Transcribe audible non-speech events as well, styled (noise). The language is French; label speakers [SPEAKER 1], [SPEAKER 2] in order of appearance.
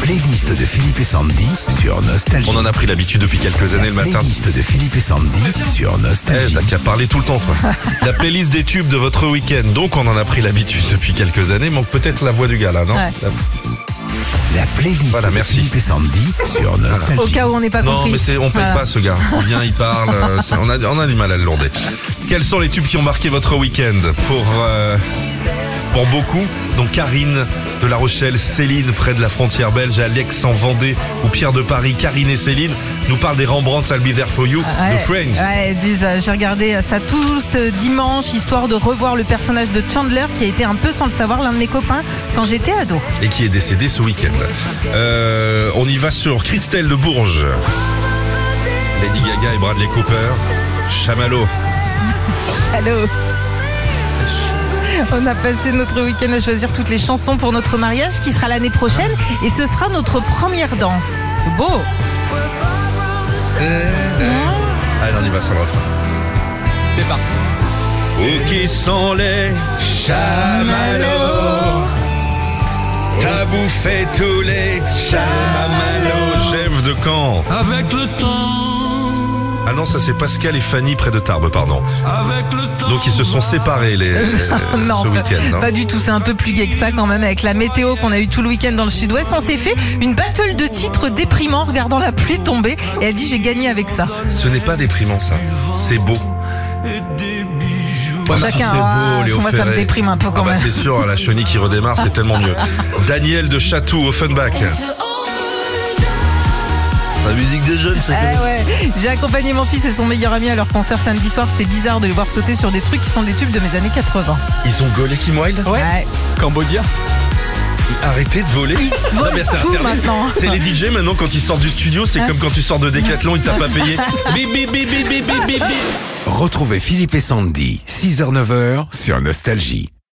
[SPEAKER 1] playlist de Philippe et Sandy sur Nostalgie.
[SPEAKER 2] On en a pris l'habitude depuis quelques années le
[SPEAKER 1] La
[SPEAKER 2] matin.
[SPEAKER 1] playlist de Philippe et Sandy sur
[SPEAKER 2] Eh,
[SPEAKER 1] Nostalgie.
[SPEAKER 2] t'as qu'à parler tout le temps,
[SPEAKER 3] (laughs)
[SPEAKER 2] toi. La playlist des tubes de votre week-end. Donc, on en a pris l'habitude depuis quelques années. Manque peut-être la voix du gars, là, non?
[SPEAKER 3] Ouais.
[SPEAKER 1] La playlist
[SPEAKER 2] Voilà,
[SPEAKER 1] de
[SPEAKER 2] merci.
[SPEAKER 1] Philippe et Sandy sur Nostalgie.
[SPEAKER 3] Au cas où on n'est pas
[SPEAKER 2] Non,
[SPEAKER 3] compris.
[SPEAKER 2] mais c'est, on paye
[SPEAKER 3] Voilà.
[SPEAKER 2] pas ce gars. Il vient, il parle. euh, c'est- on, a, on a du mal à le lourder. Quels sont les tubes qui ont marqué votre week-end pour euh, pour beaucoup Donc Karine de La Rochelle, Céline près de la frontière belge, Alex en Vendée ou Pierre de Paris. Karine et Céline nous parlent des Rembrandts, I'll Be There For You,
[SPEAKER 3] Ah, Ouais,
[SPEAKER 2] de Friends.
[SPEAKER 3] ouais, dis, euh, j'ai regardé euh, ça tous euh, dimanche, histoire de revoir le personnage de Chandler qui a été un peu sans le savoir l'un de mes copains quand j'étais ado.
[SPEAKER 2] et qui est décédé ce week-end. Euh, on y va sur Christelle de Bourges. Lady Gaga et Bradley Cooper. Chamallow.
[SPEAKER 3] Allô (laughs) on a passé notre week-end à choisir toutes les chansons pour notre mariage qui sera l'année prochaine et ce sera notre première danse. C'est beau.
[SPEAKER 2] Allez, on y va sur le refrain.
[SPEAKER 4] C'est parti.
[SPEAKER 2] Où qui sont les chamallows T'as bouffé tous les chamallows. Chef de camp.
[SPEAKER 5] Avec le temps,
[SPEAKER 2] Ah non, ça c'est Pascal et Fanny près de Tarbes, pardon.
[SPEAKER 5] avec le temps.
[SPEAKER 2] Donc ils se sont
[SPEAKER 4] (laughs)
[SPEAKER 2] séparés les, euh,
[SPEAKER 3] Non,
[SPEAKER 2] ce
[SPEAKER 3] pas-
[SPEAKER 2] week-end. hein. non
[SPEAKER 3] pas du tout. C'est un peu plus gay que ça quand même avec la météo qu'on a eu tout le week-end dans le sud-ouest. On s'est fait une battle de titres déprimant en regardant la pluie tomber et elle dit j'ai gagné avec ça.
[SPEAKER 2] Ce n'est pas déprimant ça. C'est beau.
[SPEAKER 5] Et des bijoux.
[SPEAKER 2] Ah,
[SPEAKER 3] Chacun,
[SPEAKER 2] si c'est
[SPEAKER 3] ah,
[SPEAKER 2] beau, Léo
[SPEAKER 3] moi, ça me
[SPEAKER 2] Ferré.
[SPEAKER 3] déprime un peu
[SPEAKER 2] Ah
[SPEAKER 3] quand
[SPEAKER 2] bah,
[SPEAKER 3] même.
[SPEAKER 2] c'est sûr, la chenille qui redémarre, c'est tellement
[SPEAKER 3] (laughs)
[SPEAKER 2] mieux. Daniel de Château, Offenbach. La musique des jeunes, c'est
[SPEAKER 3] Ah ouais, j'ai accompagné mon fils et son meilleur ami à leur concert samedi soir. C'était bizarre de les voir sauter sur des trucs qui sont des tubes de mes années 80.
[SPEAKER 2] Ils ont gaulé Kim Wilde
[SPEAKER 3] Ouais.
[SPEAKER 4] Cambodia.
[SPEAKER 2] Arrêtez de voler. Non, mais c'est
[SPEAKER 3] tout
[SPEAKER 2] interdit.
[SPEAKER 3] maintenant.
[SPEAKER 2] C'est les DJ maintenant, quand ils sortent du studio, c'est comme quand tu sors de Décathlon, ils t'ont pas
[SPEAKER 3] (laughs)
[SPEAKER 2] payé. Bip, bip, bip, bip, bip, bip, bip.
[SPEAKER 1] Retrouvez Philippe et Sandy, 6h-9h sur Nostalgie.